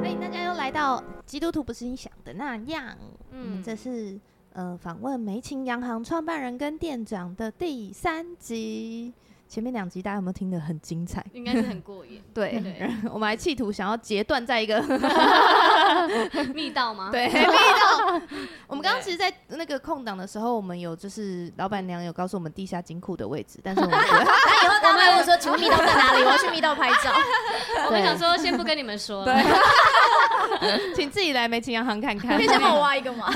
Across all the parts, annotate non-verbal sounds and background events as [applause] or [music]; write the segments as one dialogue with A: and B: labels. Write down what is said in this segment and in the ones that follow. A: 欢迎大家又来到基督徒不是你想的那样，嗯，
B: 嗯
A: 这是呃访问梅琴洋行创办人跟店长的第三集。前面两集大家有没有听得很精
B: [laughs]
A: 彩？
B: 应该是很过瘾，
A: 对，
B: 对
A: 然后我们还企图想要截断在一个
B: 密道吗？， [laughs]
A: 对黑道。我们刚刚
B: 啊对
A: 其实，在那个空档的时候，我们有就是老板娘有告诉我们地下金库的位置，但是我们觉得 [laughs]
C: 以后他们问我说，请问密道在哪里？我要去密道拍照。
B: 我们想说先不跟你们说了，
A: 对，请自己来梅琴洋行看看
C: 可以。 [laughs] 先帮我挖一个吗？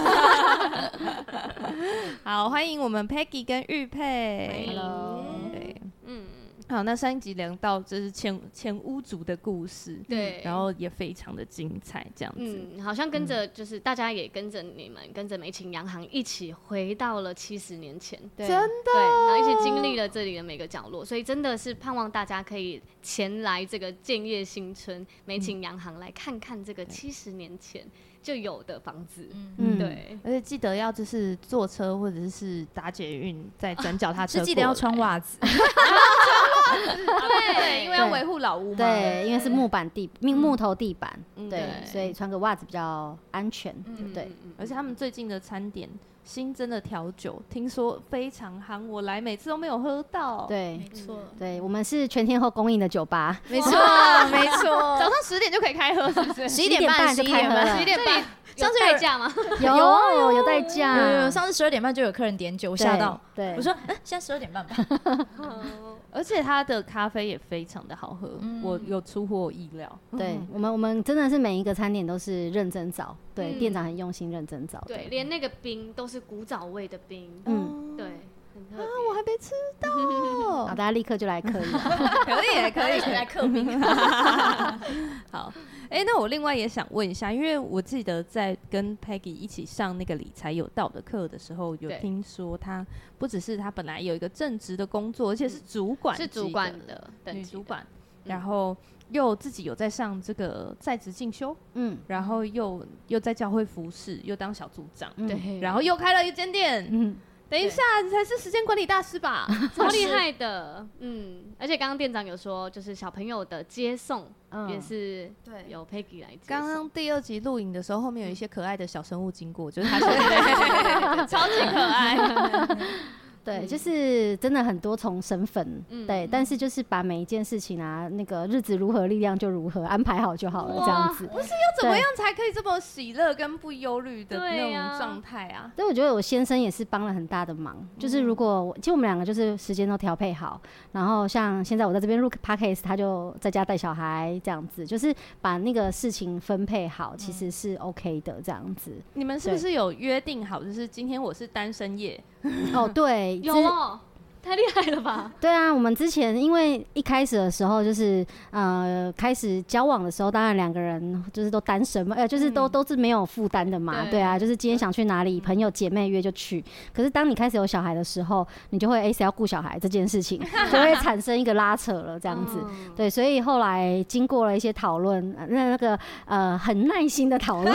A: 好，欢迎我们 Peggy 跟玉
B: 欢
A: 佩
B: 迎。
A: 对，
B: 嗯，
A: 好，那上一集聊到就是前前屋主的故事，
B: 对，
A: 然后也非常的精彩，这样子。
B: 嗯，好像跟着就是大家也跟着你们，跟着美琴洋行一起回到了七十年前，
C: 对
A: 真
B: 对，然后一起经历了这里的每个角落，所以真的是盼望大家可以前来这个建业新村美琴洋行来看看这个七十年前就有的房子，
A: 嗯
B: 对，
A: 而且记得要就是坐车或者是搭捷运再转脚踏车过
C: 啊是
A: 来，
C: 记得要穿袜子，
A: 嗯
B: 啊对，因
A: 因为 [laughs] 要维护老屋嘛。
D: 对，因为是木板地木木头地板，
A: 嗯
D: 对，
B: 对
D: 所以穿个袜子比较安全，
C: 嗯
D: 对。
A: 而且他们最近的餐点新增的调酒，听说非常夯，我来每次都没有喝
C: 嗯
A: 到。，
D: 对
C: 错，
B: 嗯
D: 对，我们是全天候供应的酒吧，
C: [laughs] 没错，没错。
A: 早上十点就可以开喝，是不是？
C: 十一点半，
D: 11
C: 十
D: 就
C: 一
D: 开
C: 点
D: 喝
C: 半，
D: 了
C: 11
B: 点半，
C: 上
B: 上
C: 次
B: 次
C: 有啊
B: 代驾吗？
D: 有啊有有代驾，
C: 有有有，上次十二点半就有客人点酒，我
D: 我
C: 吓到，，
D: 对，
C: 我说，嗯，现在十二点 [laughs] 半吧。
A: 而且它的咖啡也非常的好喝，
C: 嗯
A: 我有出乎我意料。
B: 哦
D: 对我们我们真的是每一个餐点都是认真找，对，
B: 嗯
D: 店长很用心认真找，
B: 对，，连那个冰都是古早味的冰，
D: 嗯，
B: 对，很特
A: 啊我还没吃到
D: 好，。
A: 啊
D: 大家立刻就来
C: [laughs]
D: 可以了，
A: 可以，可以，
C: 起来客宾。
A: 好，哎、那我另外也想问一下，因为我记得在跟 Peggy 一起上那个理财有道的课的时候，有
B: 对
A: 听说她不只是她本来有一个正职的工作，而且是主管、
B: 别，嗯是主管的等
A: 女
B: 级
A: 主
B: 的，
A: 管，
B: 嗯
A: 然后又自己有在上这个在职进修，
D: 嗯，
A: 然后又又在教会服侍，又当小组长，
D: 嗯，
B: 对，
A: 然后又开了一间店。
D: 嗯，
A: 等一下，你才是时间管理大师 [laughs] 吧？
B: 超厉害的，嗯，而且刚刚店长有说，就是小朋友的接送
D: 嗯
B: 也是
C: 对
B: 由 Peggy 来接送，
A: 刚刚第二集录影的时候，后面有一些可爱的小生物经过，就是他小 [laughs] 对超级可
D: [laughs]
A: 爱。
D: 对，就是真的很多重身份，
B: 嗯
D: 对，但是就是把每一件事情啊，那个日子如何，力量就如何，安排好就好了，这样
B: 哇
D: 子。
A: 要怎么样才可以这么喜乐跟不忧虑的那
B: 对
A: 种
B: 呀
A: 状态啊？
D: 所以我觉得我先生也是帮了很大的忙，
B: 嗯
D: 就是如果我其实我们两个就是时间都调配好，然后像现在我在这边录 podcast，他就在家带小孩这样子，就是把那个事情分配好，其
B: 嗯
D: 实是 OK 的这样
B: [clears throat]
D: 子。
A: 你们是不是有约定好，就是今天我是单身夜？
D: 哦，对，
B: 有
D: 之
B: 哦，太厉害了吧？
D: 对啊，我们之前因为一开始的时候就是呃开始交往的时候，当然两个人就是都单身嘛，呃，就是都、
A: 嗯
D: 都是没有负担的嘛，
B: 对
D: 对啊，就是今天想去哪里，朋友姐妹约就去。可是当你开始有小孩的时候，你就会哎诶谁要顾小孩这件事情，就会产生一个拉扯了 [laughs] 这样子。
B: 嗯
D: 对，所以后来经过了一些讨论，呃那那个呃很耐心的讨论， [laughs]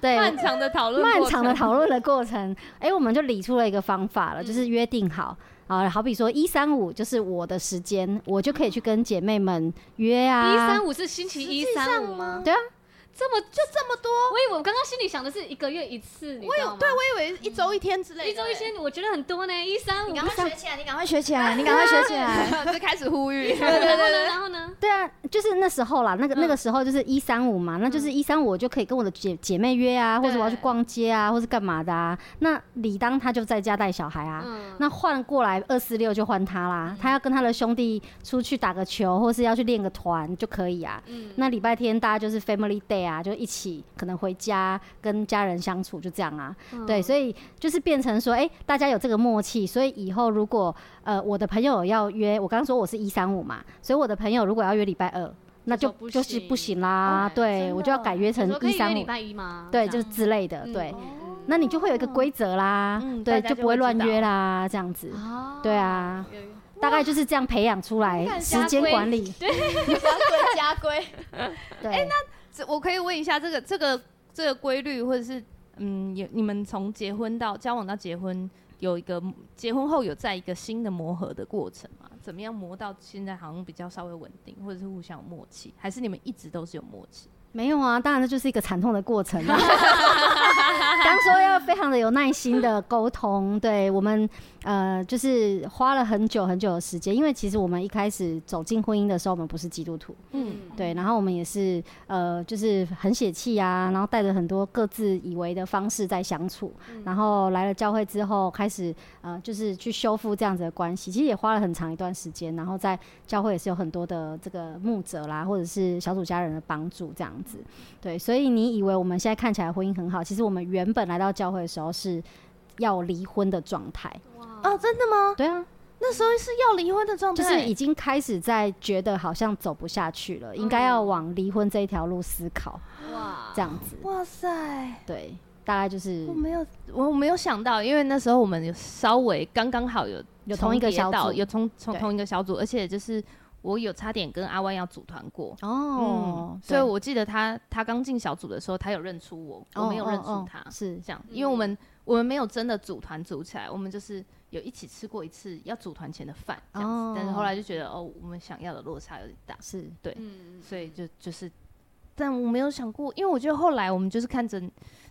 D: 对，
A: 漫长的讨论，
D: 漫长的。讨论的过程，哎、我们就理出了一个方法
B: 嗯
D: 了，就是约定好。啊，好比说一三五就是我的时间，我就可以去跟姐妹们约啊。
B: 一三五是星期一三五吗？
D: 对啊，
B: 这么就这么多？我以为我刚刚心里想的是一个月一次，你知
A: 我
B: 道
A: 有，
B: 吗
A: 对我以为一周一天之类的，
B: 一周一天，我觉得很多呢，一三五
C: 你。赶快学起来，你赶快学起来，你赶快学起来。
A: 哎 [laughs] 对，就开始呼吁。
B: [laughs] 然后呢，然后呢？
D: 对啊，就是那时候啦，那个、那
B: 嗯
D: 个时候就是一三五嘛，那就是一三五我就可以跟我的姐姐妹约啊，或者我要去
B: 对
D: 逛街啊，或是干嘛的啊。那理当她就在家带小孩啊，
B: 嗯，
D: 那换过来二四六就换她啦，她要跟她的兄弟出去打个球，或是要去练个团就可以啊。
B: 嗯
D: 那礼拜天大家就是 family day 啊，就一起可能回家跟家人相处，就这样啊。
B: 嗯
D: 对，所以就是变成说，哎、大家有这个默契，所以以后如果呃我的朋友要约，我刚刚说我是一三五嘛，所以我的朋友如果要约礼拜二。那就
B: 就不
D: 就是不
B: 行哦
D: 行啦，
B: OK，
D: 对
C: 真
D: 我就要
C: 的
D: 改约
B: 你
D: 成
B: 说可
D: 一
B: 以约
D: 三
B: 礼
D: 五，
B: 拜一吗？
D: 对，
B: 这
D: 就
B: 样
D: 之类的，
B: 嗯
D: 对。
B: 嗯
D: 那你就会有一个规则啦，
A: 嗯
D: 对，
A: 大家
D: 就
A: 就
D: 不会
A: 会知
D: 乱约
A: 道
D: 啦，这样子，
B: 啊
D: 对啊，
B: 有有
D: 大概就是这样培养出来
B: 敢
D: 时
B: 家
D: 间
B: 规 [laughs]
D: 管理。
C: [laughs] 家规家规，
D: 对，
A: 这我可以问一下，这个这个这个规律，或者是嗯，有你们从结婚到交往到结婚，有一个结婚后有在一个新的磨合的过程吗？怎么样磨到现在好像比较稍微稳定，或者是互相有默契，还是你们一直都是有默契？
D: 没有啊，当然这就是一个惨痛的过程、啊。 [laughs] 刚说要非常的有耐心的沟通，对我们呃，就是花了很久很久的时间，因为其实我们一开始走进婚姻的时候，我们不是基督徒，
A: 嗯，
B: 嗯，
D: 对，然后我们也是呃，就是很血气啊，然后带着很多各自以为的方式在相处，
B: 嗯
D: 然后来了教会之后，开始呃，就是去修复这样子的关系，其实也花了很长一段时间，然后在教会也是有很多的这个牧者啦，或者是小组家人的帮助这样子，对，所以你以为我们现在看起来婚姻很好，其实我们原本来到教会的时候是要离婚的状态，
B: 哇
A: 哦，真的吗？
D: 对啊，
A: 那时候是要离婚的状态，
D: 就是已经开始在觉得好像走不下去了，应该
A: 嗯
D: 要往离婚这一条路思考，
B: 哇
D: 这样子，
A: 哇嗯塞，
D: 对，大概就是
A: 我没有，我没有想到，因为那时候我们有稍微刚刚好有
D: 有同一个
A: 重叠
D: 小
A: 到
D: 组
A: 有同同
D: 对
A: 同一个小组，而且就是我有差点跟阿湾要组团过。
D: 哦
A: 嗯，，所以
D: 对
A: 我记得他他刚进小组的时候，他有认出我，我没有认
D: 哦
A: 出
D: 哦
A: 他，
D: 哦是
A: 这样，
B: 嗯
A: 因为我们我们没有真的组团组起来，我们就是有一起吃过一次要组团前的饭这样子，
D: 哦
A: 但是后来就觉得哦，我们想要的落差有点大，
D: 是，
B: 嗯，
A: 所以就就是，但我没有想过，因为我觉得后来我们就是看着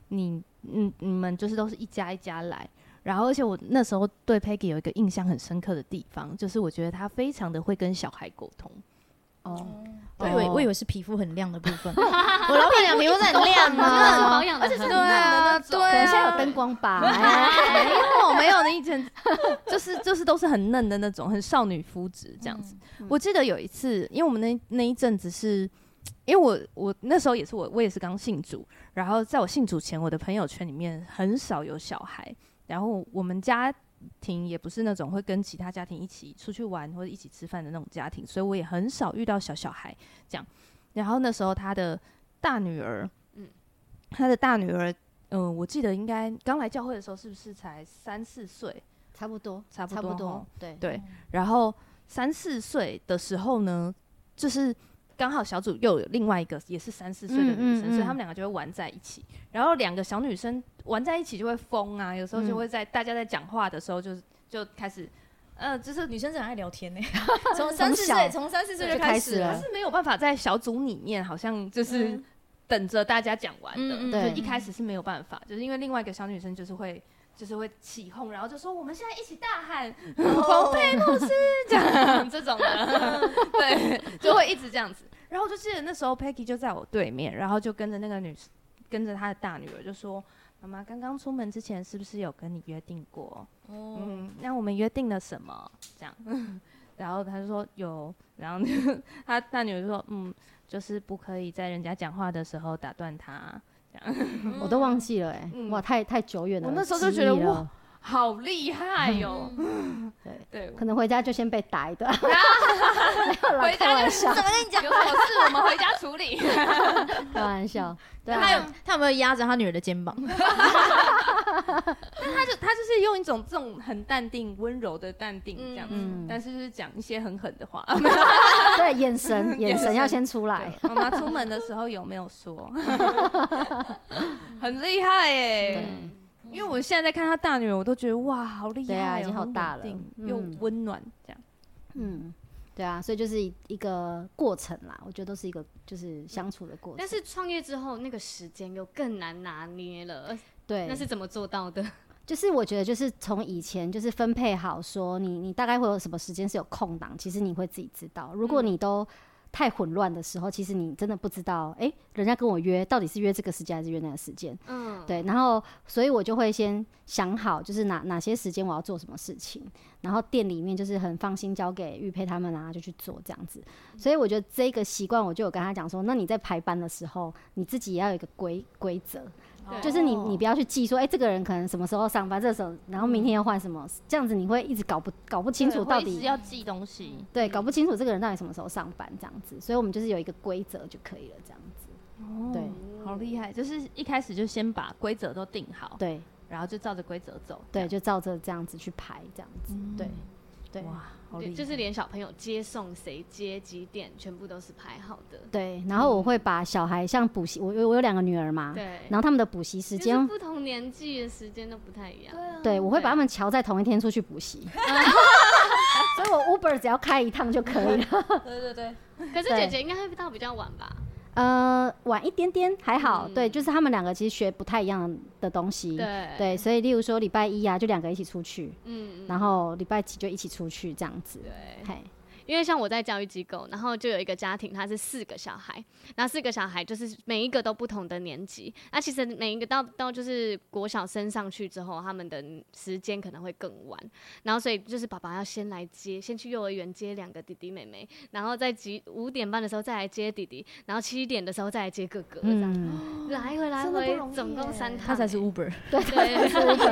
A: 你，嗯，你们就是都是一家一家来。然后，而且我那时候对 Peggy 有一个印象很深刻的地方，就是我觉得她非常的会跟小孩沟通。
D: 哦，
C: 我以为我以为是皮肤很亮的部 [laughs] 分，我老板娘皮肤是很亮
B: 真
C: [laughs]
B: 的是保
C: 吗？
B: 养的很
A: 对啊，对
D: 可
A: 啊，嗯
D: 能现在有灯
A: [laughs]
D: 光吧，哎
A: 没有哦没有，你以前就是就是都是很嫩的那种，很少女肤质这样子。我记得有一次，因为我们那那一阵子是。因为我我那时候也是我我也是刚信主，然后在我信主前，我的朋友圈里面很少有小孩，然后我们家庭也不是那种会跟其他家庭一起出去玩或者一起吃饭的那种家庭，所以我也很少遇到小小孩这样。然后那时候他的大女儿，嗯
B: 嗯，
A: 他的大女儿，嗯、我记得应该刚来教会的时候是不是才三四岁？
D: 差不多，
A: 差不
D: 不
A: 多哦
D: 多嗯
A: 吼，
D: 对，
A: 对，然后三四岁的时候呢，就是刚好小组又有另外一个也是三四岁的女生，
D: 嗯嗯嗯
A: 所以他们两个就会玩在一起。然后两个小女生玩在一起就会疯啊，有时候就
D: 嗯
A: 会在、大家在讲话的时候就就开始，呃，就是
C: 女生真的很爱聊天呢，从三四
D: 从小
C: 岁，从三四岁
D: 就
C: 就
D: 开
C: 开
D: 始
C: 始
D: 了嗯
C: 了。
A: 是没有办法在小组里面，好像就是等着大家讲完的。
B: 嗯嗯
D: 对
A: 就一开始是没有办法，就是因为另外一个小女生就是会。就是会起哄，然后就说我们现在一起大喊“冯佩牧师”这样这种的， [laughs] 对，就会一直这样子。然后我就记得那时候 Peggy 就在我对面，然后就跟着那个女，跟着她的大女儿就说：“妈妈，刚刚出门之前是不是有跟你约定过？
C: 哦，
A: 嗯，那我们约定了什么？这样，然后他就说有，然后就 [laughs] 他大女儿就说，嗯，就是不可以在人家讲话的时候打断他，
D: 我都忘记了，哎，
A: 嗯
D: 哇，太太久远了，
A: 我那时候就
D: 记
A: 觉得
D: 忆了
A: 哇，好厉害哟、
D: 对，
A: 对，
D: 可能回家就先被打
A: [laughs]
D: 一顿，没有啦，
A: 回
D: 开
A: 家
D: 玩
A: 就
D: 笑，
C: 怎么跟你讲？
A: 有什么事我们回家处 [laughs] 理。
D: 开玩笑，对
C: 他
D: 啊，
C: 有他有没有压着他女儿的肩膀？
A: 他就他就是用一种这种很淡定、温柔的淡定这样子，
D: 嗯
A: 但是就是讲一些很狠的话。
D: 对，眼神眼
A: [laughs] 眼
D: 神要
A: 神
D: 先出来，
A: [laughs] 妈妈出门的时候有没有说？ [laughs] 很厉害耶、
D: 对，
A: 因为我现在在看她大女儿，我都觉得哇，好厉害、
D: 嗯对
A: 哦，
D: 啊已经好
A: 好
D: 大了
A: 又
D: 嗯
A: 温暖这样。
D: 嗯。对啊，所以就是一一个过程啦，我觉得都是一个就是相处的过程。
B: 但是创业之后，那个时间又更难拿捏了，呃
D: 对，
B: 那是怎么做到的？
D: 就是我觉得就是从以前就是分配好说你你大概会有什么时间是有空档，其实你会自己知道。如果你都太混乱的时候，其实你真的不知道，诶，人家跟我约到底是约这个时间还是约那个时间。
B: 嗯，
D: 对，然后所以我就会先想好，就是哪哪些时间我要做什么事情，然后店里面就是很放心交给玉佩他们啊，就去做这样子。所以我觉得这个习惯，我就有跟他讲说，那你在排班的时候，你自己也要有一个规规则，
B: 对
D: 就是
A: 哦
D: 你你不要去记说，哎、这个人可能什么时候上班，这时候然后明天要换什么，这样子你会一直搞不搞不清楚到
A: 对会一直
D: 底。
A: 要记东西。
D: 对，搞不清楚这个人到底什么时候上班，这样子，所以我们就是有一个规则就可以了，这样子。对
A: 哦好厉害！就是一开始就先把规则都定好，
D: 对
A: 然后就照着规则走。
D: 对，就照着这样子去排，这样子。对对
A: 嗯哇，好厉
B: 对，
A: 害！
B: 就是连小朋友接送谁接几点，全部都是排好的。
D: 对，然后我会把小孩像补习，我我我有两个女儿嘛，
B: 对，
D: 然后他们的补习时
B: 就
D: 间
B: 是，不同年纪的时间都不太一样。
D: 对我会把
B: 对
D: 他们瞧在同一天出去补习， [laughs] 所以我 Uber 只要开一趟就可以了。
A: 对对对，
B: 可是
D: 对
B: 姐姐应该会到比较晚吧？
D: 呃，晚一点点还好，
B: 嗯
D: 对，就是他们两个其实学不太一样的东西，
B: 对，
D: 对，所以例如说礼拜一啊，就两个一起出去，
B: 嗯，嗯
D: 然后礼拜几就一起出去这样子，
B: 对。
D: 嘿，
B: 因为像我在教育机构，然后就有一个家庭，他是四个小孩，那四个小孩就是每一个都不同的年级，那其实每一个到到就是国小升上去之后，他们的时间可能会更晚，然后所以就是爸爸要先来接，先去幼儿园接两个弟弟妹妹，然后在几五点半的时候再来接弟弟，然后七点的时候再来接哥哥，这样、
D: 嗯，
B: 来回来
C: 真的不
B: 回
C: 容易
B: 总共
C: 耶
B: 三趟欸，
A: 他才是 Uber，
B: 对，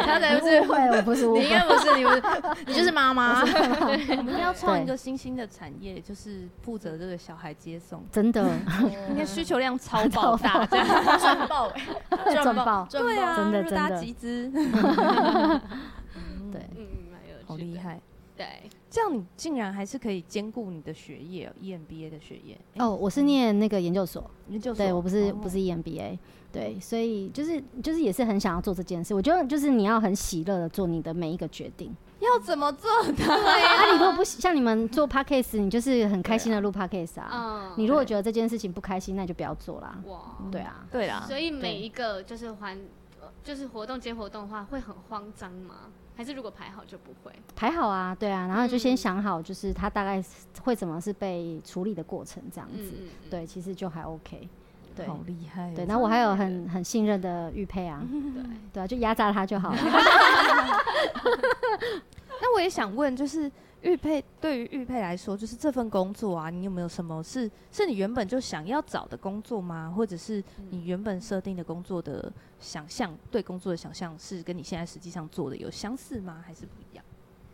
C: 他才不是
D: 误会，我不是
C: [laughs]
D: 误
C: 你应
D: 会，
C: 该不是，你不是，你就是妈妈。
A: 我们应该要创一个新兴的产业，就是负责这个小孩接送，
D: 真的。
A: 应该需求量
D: [laughs]
A: 超爆大，这样
C: 赚爆哎，赚
D: 爆
C: 赚
A: 对啊，
D: 真的
A: 如果大家
D: 真的
A: 集资，
D: 对
B: 嗯，蛮有趣的
A: 好厉，害！
B: 对。
A: 这样你竟然还是可以兼顾你的学业哦，EMBA 的学业
D: 哦，，我是念那个研究所，
A: 研究所
D: 对我不是
A: 哦
D: 不是 E EMBA，对，所以就是就是也是很想要做这件事。我觉得就是你要很喜乐的做你的每一个决定。
A: 要怎么做 [laughs] 呢？
D: 啊，你如果不喜像你们做 podcast，你就是很开心的录 podcast 啊。
B: 嗯，
D: 你如果觉得这件事情不开心，那你就不要做啦。
B: 哇，
D: 对啊，
A: 对啦，
B: 所以每一个就是环，呃就是活动接活动的话，会很慌张吗？还是如果排好就不会？
D: 排好啊，对啊，然后就先
B: 嗯
D: 想好，就是它大概是会怎么是被处理的过程这样
B: 嗯
D: 子。
B: 嗯，嗯，
D: 对，其实就还 OK。对
A: 好厉害哦！
D: 对，然后我还有很很信任的玉佩啊，
B: 嗯对，
D: 对啊，就压榨他就好了。
A: 那我也想问，就是玉佩对于玉佩来说，就是这份工作啊，你有没有什么是是你原本就想要找的工作吗？或者是你原本设定的工作的想象，对工作的想象是跟你现在实际上做的有相似吗？还是不一样？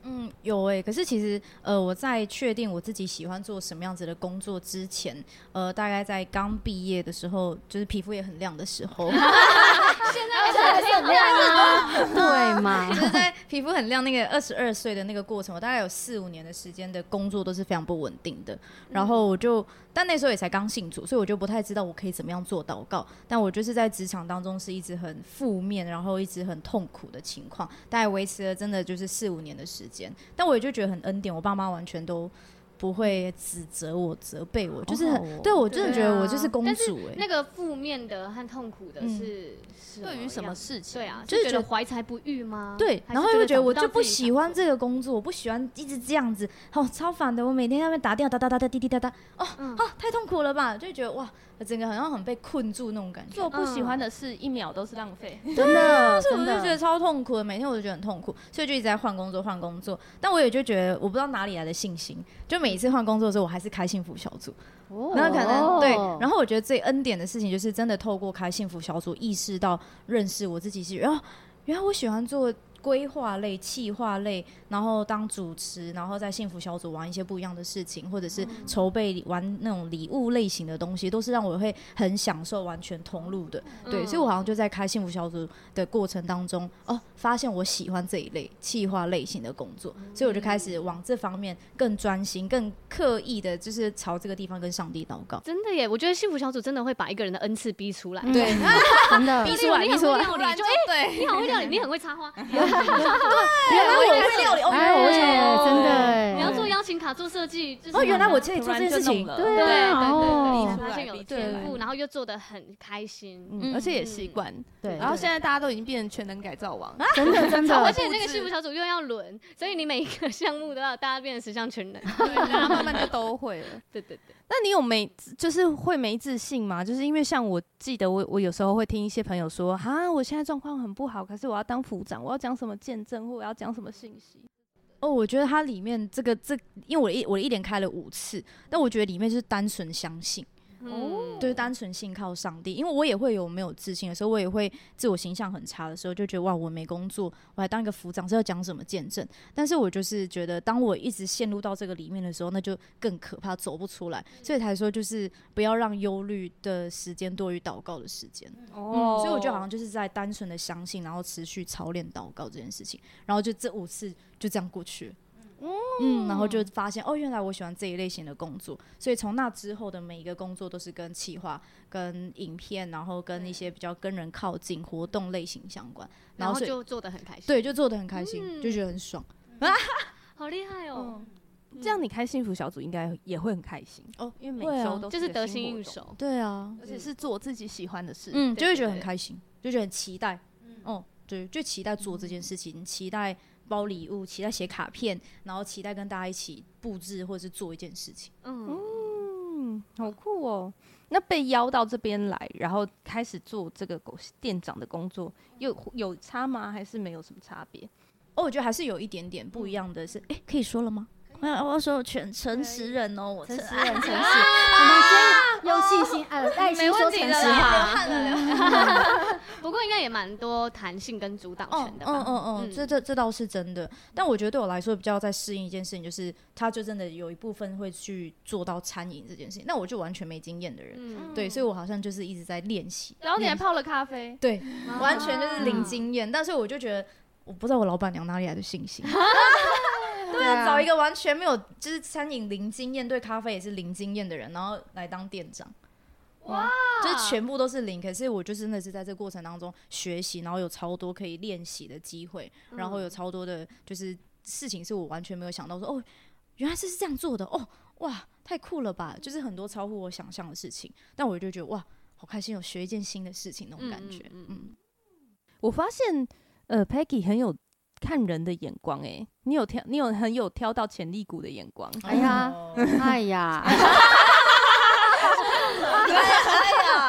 C: 嗯，有哎、可是其实呃，我在确定我自己喜欢做什么样子的工作之前，呃，大概在刚毕业的时候，就是皮肤也很亮的时候，
D: 对 [laughs] 嘛？
C: 就是在皮肤很亮那个二十二岁的那个过程，我大概有四五年的时间的工作都是非常不稳定的。然后我就，但那时候也才刚信主，所以我就不太知道我可以怎么样做祷告。但我就是在职场当中是一直很负面，然后一直很痛苦的情况，大概维持了真的就是四五年的时间。但我也就觉得很恩典，我爸妈完全都。不会指责我、责备我，就是很、
A: 好好哦
C: 对我真的觉
B: 对
C: 得
B: 啊
C: 我就是公
B: 但是
C: 主哎、
B: 那个负面的和痛苦的是什么
A: 对于什么
B: 样？
A: 事情？
B: 对啊，
C: 就是是
B: 觉
C: 觉
B: 得
C: 得
B: 怀才不遇吗？
C: 对，
B: 还是
C: 然后又觉得我
B: 找
C: 就
B: 到
C: 不
B: 自己
C: 喜
B: 想
C: 欢
B: 做
C: 这个工作，我不喜欢一直这样子，好、超烦的。我每天在那边打电话，哒哒哒哒滴滴哒哒，哦、
B: 嗯
C: 啊，太痛苦了吧，就觉得哇，整个好像很被困住那种感觉啊
A: 做。不喜欢的事，一秒都是浪费。
D: 真的，
C: 所以我
D: 真
C: 就觉得
D: 的，
C: 超痛苦的，每天我就觉得很痛苦，所以就一直在换工作，换工作。但我也就觉得我不知道哪里来的信心，就每一次换工作的时候，我还是开幸福小组。
D: 哦
C: 然后可
B: 哦
C: 能对，然后我觉得最恩典的事情就是真的透过开幸福小组，意识到认识我自己是，然后原来我喜欢做规划类、企划类，然后当主持，然后在幸福小组玩一些不一样的事情，或者是筹备玩那种礼物类型的东西，都是让我会很享受、完全同路的。对，所以我好像就在开幸福小组的过程当中，哦，发现我喜欢这一类企划类型的工作，所以我就开始往这方面更专心、更刻意的，就是朝这个地方跟上帝祷告。
B: 真的耶，我觉得幸福小组真的会把一个人的恩赐逼出来。
D: 嗯
C: 对，
D: 真的，
C: 逼出来，
B: 你
C: 逼
B: 很
C: 出来
B: 会，料理，就哎，
C: 对，
B: 你很会料理，你很会
C: [laughs]
B: 插花，
C: 原
A: 啊
C: 来我会料理，哦，原来我
D: [laughs] 哎，
C: 会
D: 真的
B: 你要
D: 哎，
B: 做邀请卡，做设计，就是
C: 哦，原来
B: 很
C: 我可以做这件事情
A: 哎突然就弄，了
D: 对
B: 对对
D: 啊
B: 对对，
D: 哦
B: 发现有
A: 逼出来
B: 天赋，然后又做的很开心。
A: 嗯，
C: 嗯
A: 而且也习惯。
D: 哦对，
A: 然后现在大家都已经变成全能改造王， [laughs]
D: 真的
B: [laughs]
D: 真
B: 而
D: 的，
B: 且那个幸福小组又要轮，所以你每一个 [laughs] 项目都要大家变成十项全能。
A: 对，然后慢慢就都会了。
B: 对对对，
A: 那你有没就是会没自信吗？就是因为像我记得我我有时候会听一些朋友说，哈，我现在状况很不好，可是我要当副长，我要讲什么见证或我要讲什么信息，
C: 哦，我觉得它里面这个这，因为我的一我的一连开了五次，但我觉得里面就是单纯相信，
B: 哦，
C: 就是单纯信靠上帝，因为我也会有没有自信的时候，我也会自我形象很差的时候，就觉得哇，我没工作，我还当一个副长，是要讲什么见证？但是我就是觉得，当我一直陷入到这个里面的时候，那就更可怕，走不出来。所以才说，就是不要让忧虑的时间多于祷告的时间。
A: 哦
C: 嗯所以我就好像就是在单纯的相信，然后持续操练祷告这件事情，然后就这五次就这样过去了。嗯，然后就发现哦，原来我喜欢这一类型的工作，所以从那之后的每一个工作都是跟企划、跟影片，然后跟一些比较跟人靠近、活动类型相关，然
B: 然
C: 后
B: 后
C: 所以
B: 就做的很开心，，
C: 对就做的很开心，就觉得很爽。
B: 好厉害哦，
A: 这样你开幸福小组应该也会很开心
C: 哦
A: 因为
C: 会
A: 每
C: 啊
A: 周都
B: 就是
A: 一个
B: 得
A: 新
B: 心应
A: 活动，
B: 手。
C: 对啊，
A: 而且是做自己喜欢的事。
C: 嗯，
B: 对
C: 就会
B: 对
C: 觉得很
B: 对
C: 开心，就觉得很期待。
D: 嗯
C: 哦，对，就期待做这件事情，期待包礼物，期待写卡片，然后期待跟大家一起布置或者是做一件事情。
B: 嗯，
A: 嗯，好酷哦。那被邀到这边来，然后开始做这个狗店长的工作，有有差吗？还是没有什么差别？
C: 哦，我觉得还是有一点点不一样的
D: 嗯
C: 是，哎、可以说了吗？我要我要说全诚实人哦，我
D: 诚
C: 诚
D: 实人，诚实，我们先用细心呃爱
B: [laughs]
D: 心
B: 没
D: 说
B: 问题
D: 诚
B: 的
D: 实
B: 啦
D: 话。
B: [laughs] 不过应该也蛮多弹性跟主导
C: 哦
B: 权的
C: 嗯
B: 吧？
C: 嗯嗯，这这这倒是真的。但我觉得对我来说比较在适应一件事情，就是他就真的有一部分会去做到餐饮这件事情，那我就完全没经验的人，
B: 嗯，
C: 对，所以我好像就是一直在练习，
A: 然后你还
C: 练
A: 泡了咖啡，
C: 对，
B: 啊
C: 完全就是零经验。但是我就觉得，我不知道我老板娘哪里来的信心。对啊，找一个完全没有就是餐饮零经验，对咖啡也是零经验的人，然后来当店长。哇，就是全部都是零，可是我就真的是在这过程当中学习，然后有超多可以练习的机会，
B: 嗯
C: 然后有超多的就是事情是我完全没有想到说哦，原来这是这样做的哦，哇，太酷了吧！就是很多超乎我想象的事情，但我就觉得哇，好开心，有哦学一件新的事情那种感觉，
B: 嗯嗯
C: 嗯
A: 我发现呃，Peggy 很有看人的眼光、欸，你有挑，你有很有挑到潜力股的眼光。
D: 哎呀，
C: 哦
D: 哎呀， [laughs]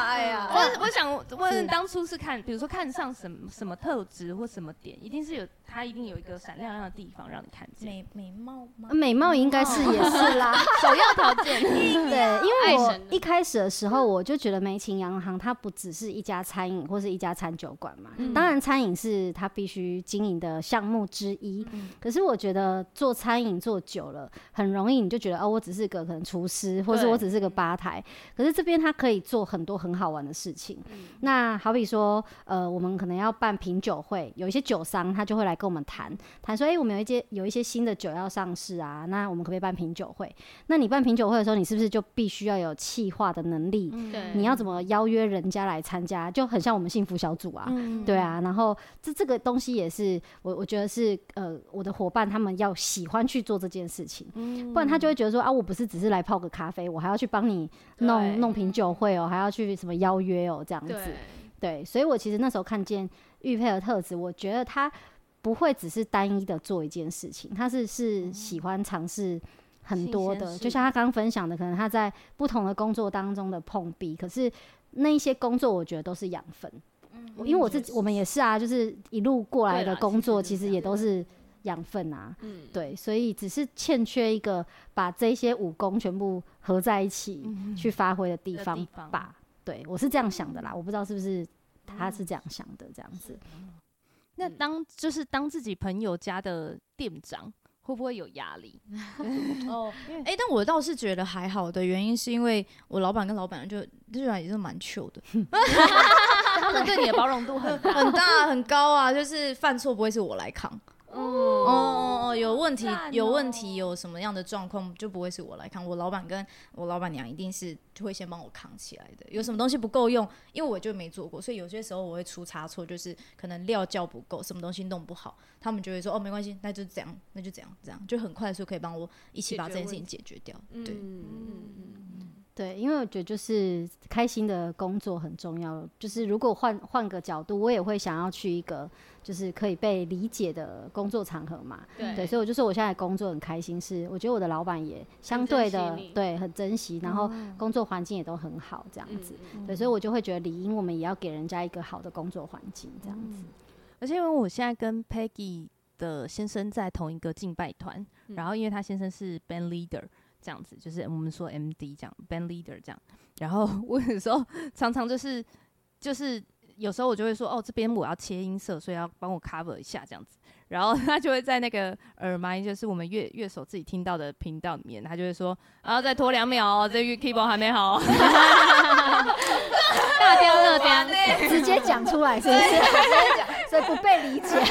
C: 哎呀，
A: 我我想问，
D: 是
A: 当初是看，比如说看上什么什么特质或什么点，一定是有他一定有一个闪亮亮的地方让你看见。
C: 美美貌吗？
D: 美貌应该是也是啦，
A: 首要条件，
D: 对，因为
B: 爱
D: 我
B: 神的嗯
D: 一开始的时候，我就觉得梅琴洋行它不只是一家餐饮或是一家餐酒馆嘛。
B: 嗯
D: 当然，餐饮是它必须经营的项目之一。
B: 嗯
D: 可是我觉得做餐饮做久了，很容易你就觉得哦，我只是个可能厨师，或是
A: 对
D: 我只是个吧台。可是这边它可以做很多很好玩的事情。
B: 嗯
D: 那好比说，呃，我们可能要办品酒会，有一些酒商他就会来跟我们谈，谈说，哎、我们有一些有一些新的酒要上市啊，那我们可不可以办品酒会？那你办品酒会的时候，你是不是就必须要有企划的能力？
B: 对，
D: 你要怎么邀约人家来参加，就很像我们幸福小组啊，
A: 嗯
D: 对啊。然后这这个东西也是我我觉得是呃，我的伙伴他们要喜欢去做这件事情，
A: 嗯
D: 不然他就会觉得说啊，我不是只是来泡个咖啡，我还要去帮你
A: 对
D: 弄弄品酒会哦，还要去什么邀约哦这样子。
B: 对，
D: 对，所以我其实那时候看见玉佩的特质，我觉得他不会只是单一的做一件事情，他是是喜欢尝试很
A: 新
D: 多
A: 鲜
D: 的，
A: 事
D: 就像他刚刚分享的，可能他在不同的工作当中的碰壁，可是那一些工作我觉得都是养分，我因为我自己我们也是啊，就是一路过来
B: 对
D: 的
B: 啦
D: 工
B: 其实
D: 作
B: 是
D: 其
B: 这
D: 实
B: 样
D: 也都是养分啊，
B: 嗯，
D: 对，所以只是欠缺一个把这些武功全部合在一起去发挥的地
A: 的
D: 方
A: 嗯地方
D: 吧。对我是这样想的啦，我不知道是不是他是这样想的，这样子。
A: 那当就是当自己朋友家的店长，会不会有压力？ [laughs]
C: 哦，哎、但我倒是觉得还好的原因是因为我老板跟老板娘就居然也是蛮 chill 的，
A: 他们对你的包容度很大。
C: 很大很高啊，就是犯错不会是我来扛。哦
B: 嗯，
C: 哦哦，有问题
A: 赞哦
C: 有问题有什么样的状况就不会是我来扛，我老板跟我老板娘一定是就会先帮我扛起来的。有什么东西不够用，因为我就没做过，所以有些时候我会出差错，就是可能料叫不够，什么东西弄不好，他们就会说哦没关系，那就这样，那就这样，这样就很快速可以帮我一起把这件事情解决掉。对，
B: 嗯，
D: 对，因为我觉得就是开心的工作很重要。就是如果换换个角度，我也会想要去一个就是可以被理解的工作场合嘛。
B: 对
D: 对，所以我就说我现在工作很开心，是我觉得我的老板也相
B: 很
D: 对
B: 珍惜
D: 的
B: 你哦
D: 对很珍惜，然后工作环境也都很好，这样子。
B: 嗯
D: 对，所以我就会觉得理应我们也要给人家一个好的工作环境，这样
B: 嗯
D: 子。
A: 而且因为我现在跟 Peggy 的先生在同一个敬拜团，
B: 嗯
A: 然后因为他先生是 band leader，这样子，就是我们说 MD 这样，band leader 这样。然后我有时候常常就是就是有时候我就会说，哦，这边我要切音色，所以要帮我 cover 一下这样子。然后他就会在那个耳麦，就是我们乐乐手自己听到的频道里面，他就会说，然后再拖两秒 [laughs] 哦，这 keyboard 还没好哦。
B: 大雕乐雕，
D: 直接讲出来是不是？ [laughs] 所以不被理
A: [laughs]
D: 解。
A: 没有，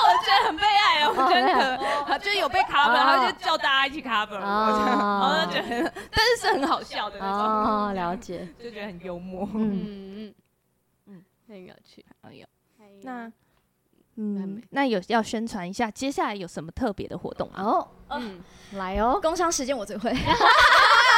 A: 我觉得很被爱啊，我觉
D: 没有
A: 得很 [laughs] 他就是有被 cover，他就叫大家一起 [laughs] cover，
D: 哦
A: 我就觉得， [laughs] 但是是很好笑的那种，
D: 哦，了解。
A: 就觉得很幽默。
D: 嗯，
B: 嗯嗯嗯
A: 嗯，
B: 很有趣。
A: 哎呦，
B: 还有
A: 那
B: 还
A: 嗯
B: 没，
A: 那有要宣传一下，接下来有什么特别的活动吗？
D: 哦，
B: 嗯，
D: 来哦，
C: 工商时间我最会。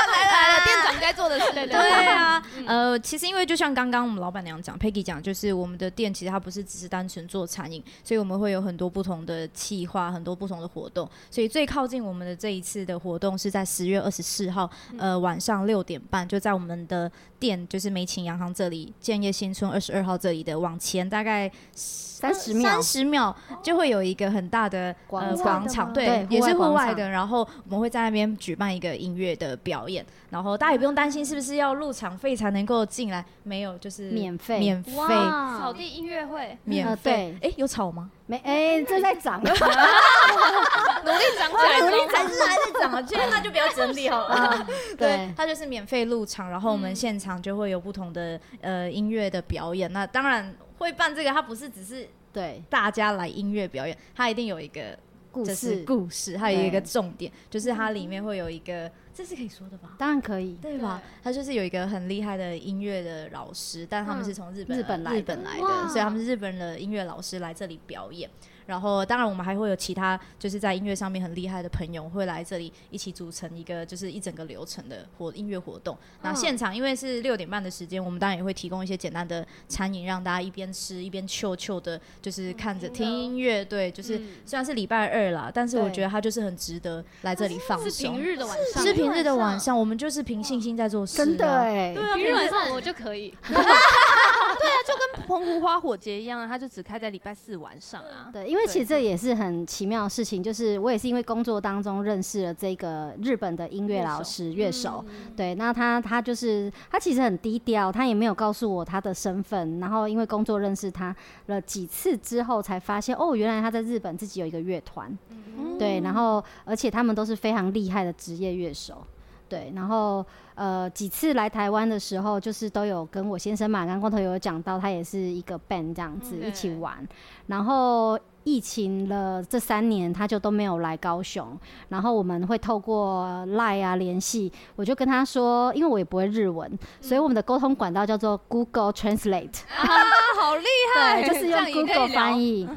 A: 来了，店长该做的事，对
C: 对啊，呃，其实因为就像刚刚我们老板娘讲，Peggy 讲，就是我们的店其实它不是只是单纯做餐饮，所以我们会有很多不同的企划，很多不同的活动。所以最靠近我们的这一次的活动是在十月二十四号，呃，晚上六点半，就在我们的店，就是美琴洋行这里，建业新村二十二号这里的往前大概
D: 三十秒
C: 三，十秒就会有一个很大的
D: 广
C: 呃
D: 场
C: 广场，
D: 对
C: 对，
D: 户
C: 也
D: 外
C: 是
D: 广
C: 户外
D: 场
C: 的。然后我们会在那边举办一个音乐的表演，然后大家也不用担心是不是要入场费才能够进来，没有，就是
D: 免费
C: 免费，
B: 哇，
A: 地音乐会，
D: 呃
C: 免费。哎，有草吗？
D: 没哎，这在涨，
A: 努力长起来
C: 努力展示还是怎么？今天那就不要整理
A: [laughs]
C: 好了。
D: 啊
C: 对
D: 对，，嗯
C: 它就是免费入场，然后我们现场就会有不同的呃音乐的表演。那当然会办这个，它不是只是
D: 对，
C: 大家来音乐表演，它一定有一个
D: 故
C: 这是
D: 事
C: 故事，还有一个
D: 对
C: 重点，就是它里面会有一个，这是可以说的吧？
D: 当然可以。
C: 对吧？他就是有一个很厉害的音乐的老师，但他
B: 嗯
C: 们是从日本、
D: 日本来的
C: 日本来
B: 哇
C: 的，所以他们是日本的音乐老师来这里表演。然后，当然我们还会有其他就是在音乐上面很厉害的朋友会来这里一起组成一个就是一整个流程的活音乐活动。那
B: 嗯
C: 现场因为是六点半的时间，我们当然也会提供一些简单的餐饮，让大家一边吃一边秀秀的，就是看着听音乐。对，就是
B: 嗯
C: 虽然是礼拜二啦，但是我
D: 对
C: 觉得它就是很值得来这里放松。
B: 是平日的晚上，
C: 是平日的晚上，我们就是凭信心在做事、啊。
D: 真的哎，
B: 平日晚上我就可以。
A: 澎湖花火节一样啊，它就只开在礼拜四晚上啊。
D: 对，因为其实这也是很奇妙的事情，就是我也是因为工作当中认识了这个日本的音乐老师乐手。
B: 嗯
D: 对，那他他就是他其实很低调，他也没有告诉我他的身份。然后因为工作认识他了几次之后，才发现哦，原来他在日本自己有一个乐团。
A: 嗯
D: 对，然后而且他们都是非常厉害的职业乐手。对，然后呃几次来台湾的时候，就是都有跟我先生嘛，刚光头有讲到，他也是一个 band 这样子
B: 嗯
D: 一起玩。然后疫情了这三年，他就都没有来高雄。然后我们会透过 Line 啊联系，我就跟他说，因为我也不会日文，所以我们的沟通管道叫做 Google Translate。
A: 啊，好厉
D: 对，就是
A: 这
D: 用
A: 样也可以
D: Google
A: 聊嗯
D: 翻译。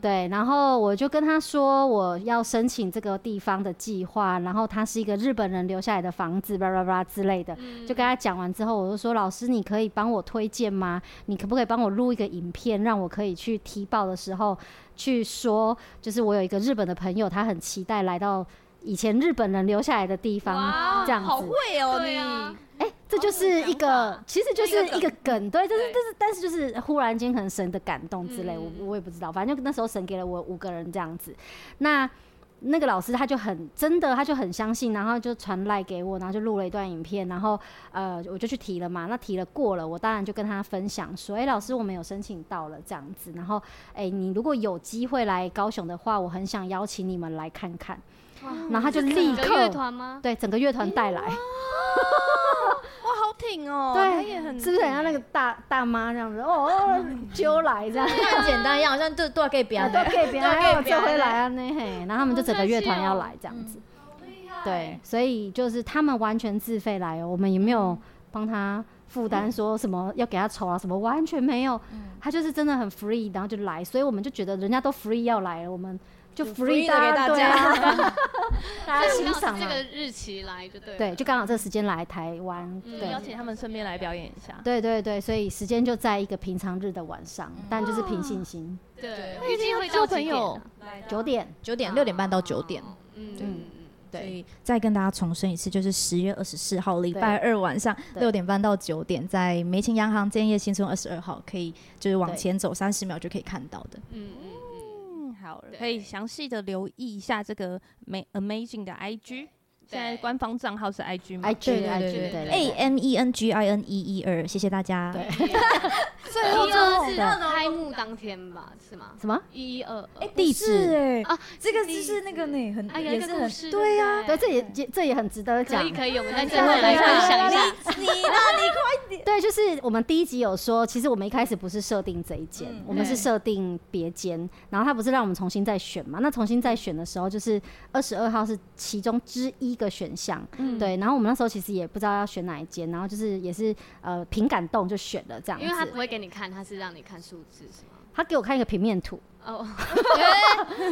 D: 对，然后我就跟他说我要申请这个地方的计划，然后它是一个日本人留下来的房子，巴拉巴拉之类
A: 嗯
D: 的。就跟他讲完之后，我就说老师，你可以帮我推荐吗？你可不可以帮我录一个影片，让我可以去提报的时候去说，就是我有一个日本的朋友，他很期待来到以前日本人留下来的地方。
A: 哇
D: 这样子
A: 好会哦
B: 对
A: 你。
B: 啊
D: 哎、这就是一
A: 好有想
D: 个
A: 法，
D: 其实就是一个梗，对，就是
A: 对
D: 就是，但是就是忽然间可能神的感动之类，
B: 嗯
D: 我我也不知道，反正就那时候神给了我五个人这样子，那。那个老师他就很真的，他就很相信，然后就传赖给我，然后就录了一段影片，然后呃我就去提了嘛，那提了过了，我当然就跟他分享说，哎、老师我们有申请到了这样子，然后哎、你如果有机会来高雄的话，我很想邀请你们来看看，然后他就立
B: 整个乐
D: 刻
B: 团吗？
D: 对整个乐团带来，
A: [laughs] 哇，好挺哦，
D: 对
A: 他也很
D: 是不是很像那个大大妈这样子？哦，哦揪来这样，
C: 很简单一样，好像都都可以表
D: 哦都
C: 达。
D: 可以别
C: [laughs]
D: 人
C: 都可以
D: 要
C: 别人
D: 这回来啊那嘿，然后他们就整个乐团要来这样子，
C: 哦
D: 对，所以就是他们完全自费来哦，我们也没
C: 嗯
D: 有帮他负担说什么要给他酬啊什么，完全没有，
C: 嗯
D: 他就是真的很 free，然后就来，所以我们就觉得人家都 free 要来了，我们就
C: 就
D: free
C: free 的给大 [laughs]
D: 对啊大
B: 所
D: 家
B: 以
D: 欣
B: 刚好是
D: 赏啊
B: 这
D: 嘛，
B: 个日期来就对了。
D: [laughs] 对，就刚好这个时间来台湾，
B: 嗯
D: 对
A: 邀。请他们身边来表演一下。
D: 对对对，所以时间就在一个平常日的晚上，但就是凭信心，
B: 对，
A: 对
B: 预计会
A: 做
B: 到
A: 朋
B: 几点
A: 友
B: 啊？
C: 嗯
D: 九点。
C: 九点六点半到九点，
B: 嗯嗯
D: 对
B: 嗯
C: 所以再跟大家重申一次，就是十月二十四号礼拜二晚上
D: 对
C: 六点半到九点，在梅青洋行建业新村二十二号，可以就是往
D: 对
C: 前走三十秒就可以看到的。
B: 嗯嗯
A: 嗯，好，
B: 对
A: 可以详细的留意一下这个 ma- amazing 的 IG。
B: 嗯，
A: 现在官方账号是 IG 嘛
D: i g
C: 对
D: i
C: 对
D: g
C: 对
B: 对
D: 对
C: A M E N G I N E 一二，谢谢大家。
D: 对
A: 最后
B: 一
A: 最后
B: 二是
A: 的
B: 开幕当天吧，是吗？
D: 什么？
B: 一二
C: 哎，
B: 二，
C: 地址哎
B: 啊，
C: 这个就是那个呢，很
B: 哎，有一
C: 也
B: 个
C: 是
B: 故
C: 很
B: 事，
C: 对呀。
D: 对，这也也这也很值得
B: 可
D: 讲
B: 以。可以，我们再最
D: 对
B: 后来分享一下。
C: 你你那里
D: 对，就是我们第一集有说，其实我们一开始不是设定这一间，
C: 嗯
D: 我们是
B: 对
D: 设定别间，然后他不是让我们重新再选嘛？那重新再选的时候，就是二十二号是其中之一个选项，
A: 嗯
D: 对。然后我们那时候其实也不知道要选哪一间，然后就是也是呃凭感动就选了这样子。
B: 因为他不会给你看，他是让你看数字，是吗？
D: 他给我看一个平面图，
B: 哦，
A: [laughs]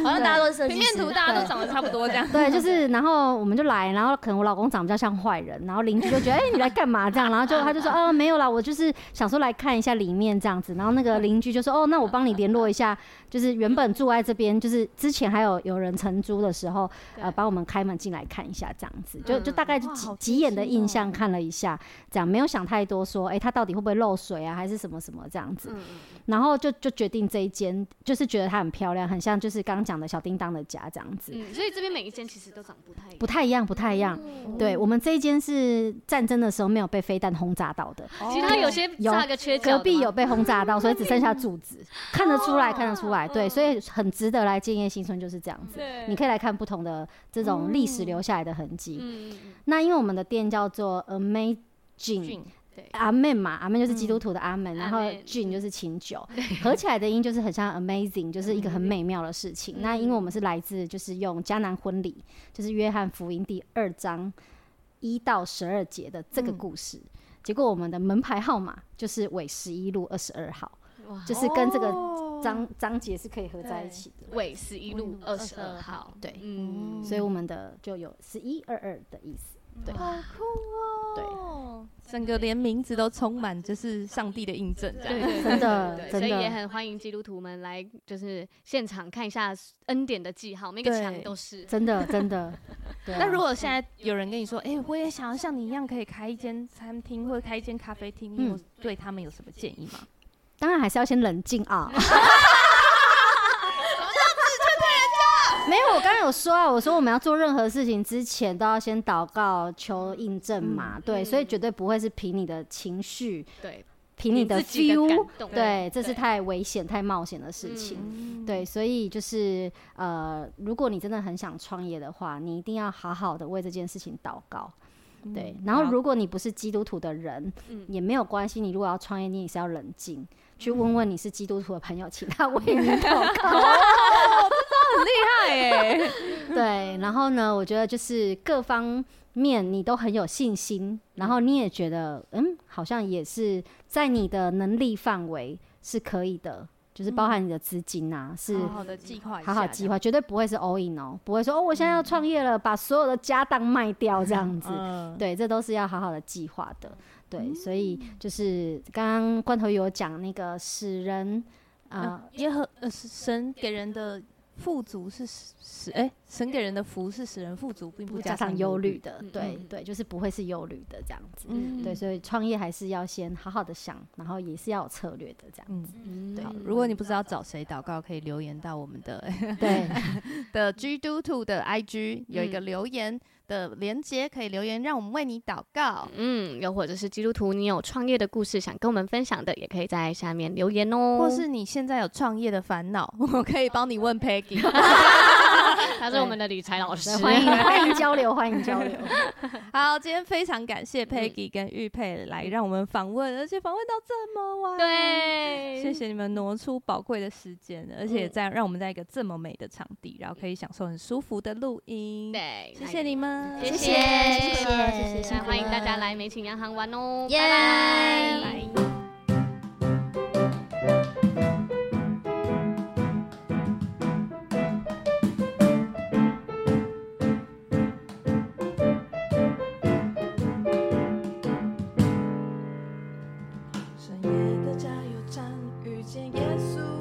C: 好像大家都是设计
A: 平
C: 师
A: 面图大家都长得差不多这样。 [laughs]
D: 对，就是，然后我们就来，然后可能我老公长得比较像坏人，然后邻居就觉得，哎、你来干嘛这样？然后就他就说，啊，没有啦，我就是想说来看一下里面这样子。然后那个邻居就说，哦，那我帮你联络一下，就是原本住在这边，就是之前还有有人承租的时候，呃，
B: 对
D: 帮我们开门进来看一下这样子，就就大概
A: 嗯
D: 就
A: 哇
D: 几
A: 好
D: 几
A: 贴
D: 眼的
A: 心哦
D: 印象看了一下，这样没有想太多说，哎、他到底会不会漏水啊，还是什么什么这样子。
B: 嗯，
D: 然后就就决定这一间，就是觉得它很漂亮，很像就是刚刚讲的小叮当的家这样子。
B: 嗯，所以这边每一间其实都长不太一
D: 不
B: 样。
D: 太一样，不太一样。
B: 嗯
D: 对我们这一间是战争的时候没有被飞弹轰炸到的，
C: 哦
B: 其他有些
D: 有
B: 差个缺角的吗，
D: 隔壁有被轰炸到，所以只剩下柱
B: [laughs]
D: 子，看得出来，看得出来。对，所以很值得来建业新村就是这样子。
B: 哦对，
D: 你可以来看不同的这种历史留下来的痕迹。
B: 嗯，嗯，嗯
D: 那因为我们的店叫做 Amazing。嗯
B: 对，
D: 阿妹嘛，阿妹就是基督徒的阿门，然后
B: 阿门
D: gin 就是清 [laughs] 酒，合起来的音就是很像 amazing，就是一个很美妙的事情。那因为我们是来自就是用迦南婚礼，就是约翰福音第二章一到十二节的这个故事。结果我们的门牌号码就是尾十一路二十二号，
B: 哇，
D: 就是跟这个
A: 哦
D: 章章节是可以合在一起的。
B: 尾十一路二十二号，
D: 对
B: 嗯，
D: 所以我们的就有十一二二的意思。对
A: 好酷哦！对，整个连名字都充满就是上帝的印证，这
B: 对
A: 样。
B: [laughs] 对对
D: 真的
B: 对，
D: 真
B: 所以
D: 的
B: 也很欢迎基督徒们来，就是现场看一下恩典的记号，每个
A: 对
B: 墙都是。
D: 真的，真的。对啊
A: 那如果现在有人跟你说，哎、我也想要像你一样，可以开一间餐厅或者开一间咖啡厅，你有
D: 嗯
A: 对他们有什么建议吗？
D: 当然还是要先冷静
B: [laughs]
D: 啊。 [laughs] 没有，我刚刚有说啊，我说我们要做任何事情之前都要先祷告求印证嘛，对，
B: 嗯
D: 所以绝对不会是凭你的情绪，
B: 对，
D: 凭你的
B: 自己的
D: feel，
B: 感动，
D: 对，这是太危险、太冒险的事情。
A: 嗯，
D: 对，所以就是呃，如果你真的很想创业的话，你一定要好好的为这件事情祷告。
A: 嗯
D: 对，然后如果你不是基督徒的人，
B: 嗯
D: 也没有关系。你如果要创业，你也是要冷静，去问问你是基督徒的朋友，请他为你祷告。
A: 对，
D: [laughs] 对，然后呢，我觉得就是各方面你都很有信心，然后你也觉得，嗯，好像也是在你的能力范围是可以的，就是包含你的资金啊，是
A: 好好的计划一下，
D: 好好计划，绝对不会是 all in 哦，不会说哦，我现在要创业了，把所有的家当卖掉这样
A: 这
D: 子。
A: 样。嗯，
D: 对，这都是要好好的计划的。对，所以就是刚刚罐头有讲那个使人啊
A: 啊，，耶和呃是神给人的富足是使使哎、神给人的福是使人富足，并不
D: 不加上忧
A: 忧
D: 虑。的
B: 嗯，
D: 对
B: 嗯
D: 对，就是不会是忧虑的这样子。
A: 嗯，
D: 对，所以创业还是要先好好的想，然后也是要有策略的这样。
A: 嗯，
B: 嗯，
A: 好。如果你不知道找谁祷告，可以留言到我们的 [laughs]
D: 对，
B: 嗯
A: 的 G Do To 的 IG 有一个留言的连接，可以留言让我们为你祷告。
B: 嗯，又或者是基督徒，你有创业的故事想跟我们分享的，也可以在下面留言哦。
A: 或是你现在有创业的烦恼， [laughs] 我可以帮你问 Peggy。 [laughs]
B: 他是我们的理财老师
D: 所以，
B: [laughs]
D: 欢迎欢迎交流，欢迎交流。
A: 好，今天非常感
B: 嗯
A: 谢 Peggy 跟玉佩来让我们访问，而且访问到这么晚。
B: 对，
A: 谢谢你们挪出宝贵的时间，而且
B: 嗯
A: 在让我们在一个这么美的场地，然后可以享受很舒服的录音。
B: 对，
A: 谢谢你们，
B: 谢谢，
D: 谢谢
B: 谢
D: 辛苦了
B: 欢迎大家来美景洋行玩哦，
C: 耶
B: 拜拜。
E: 深夜的加油站遇见耶稣。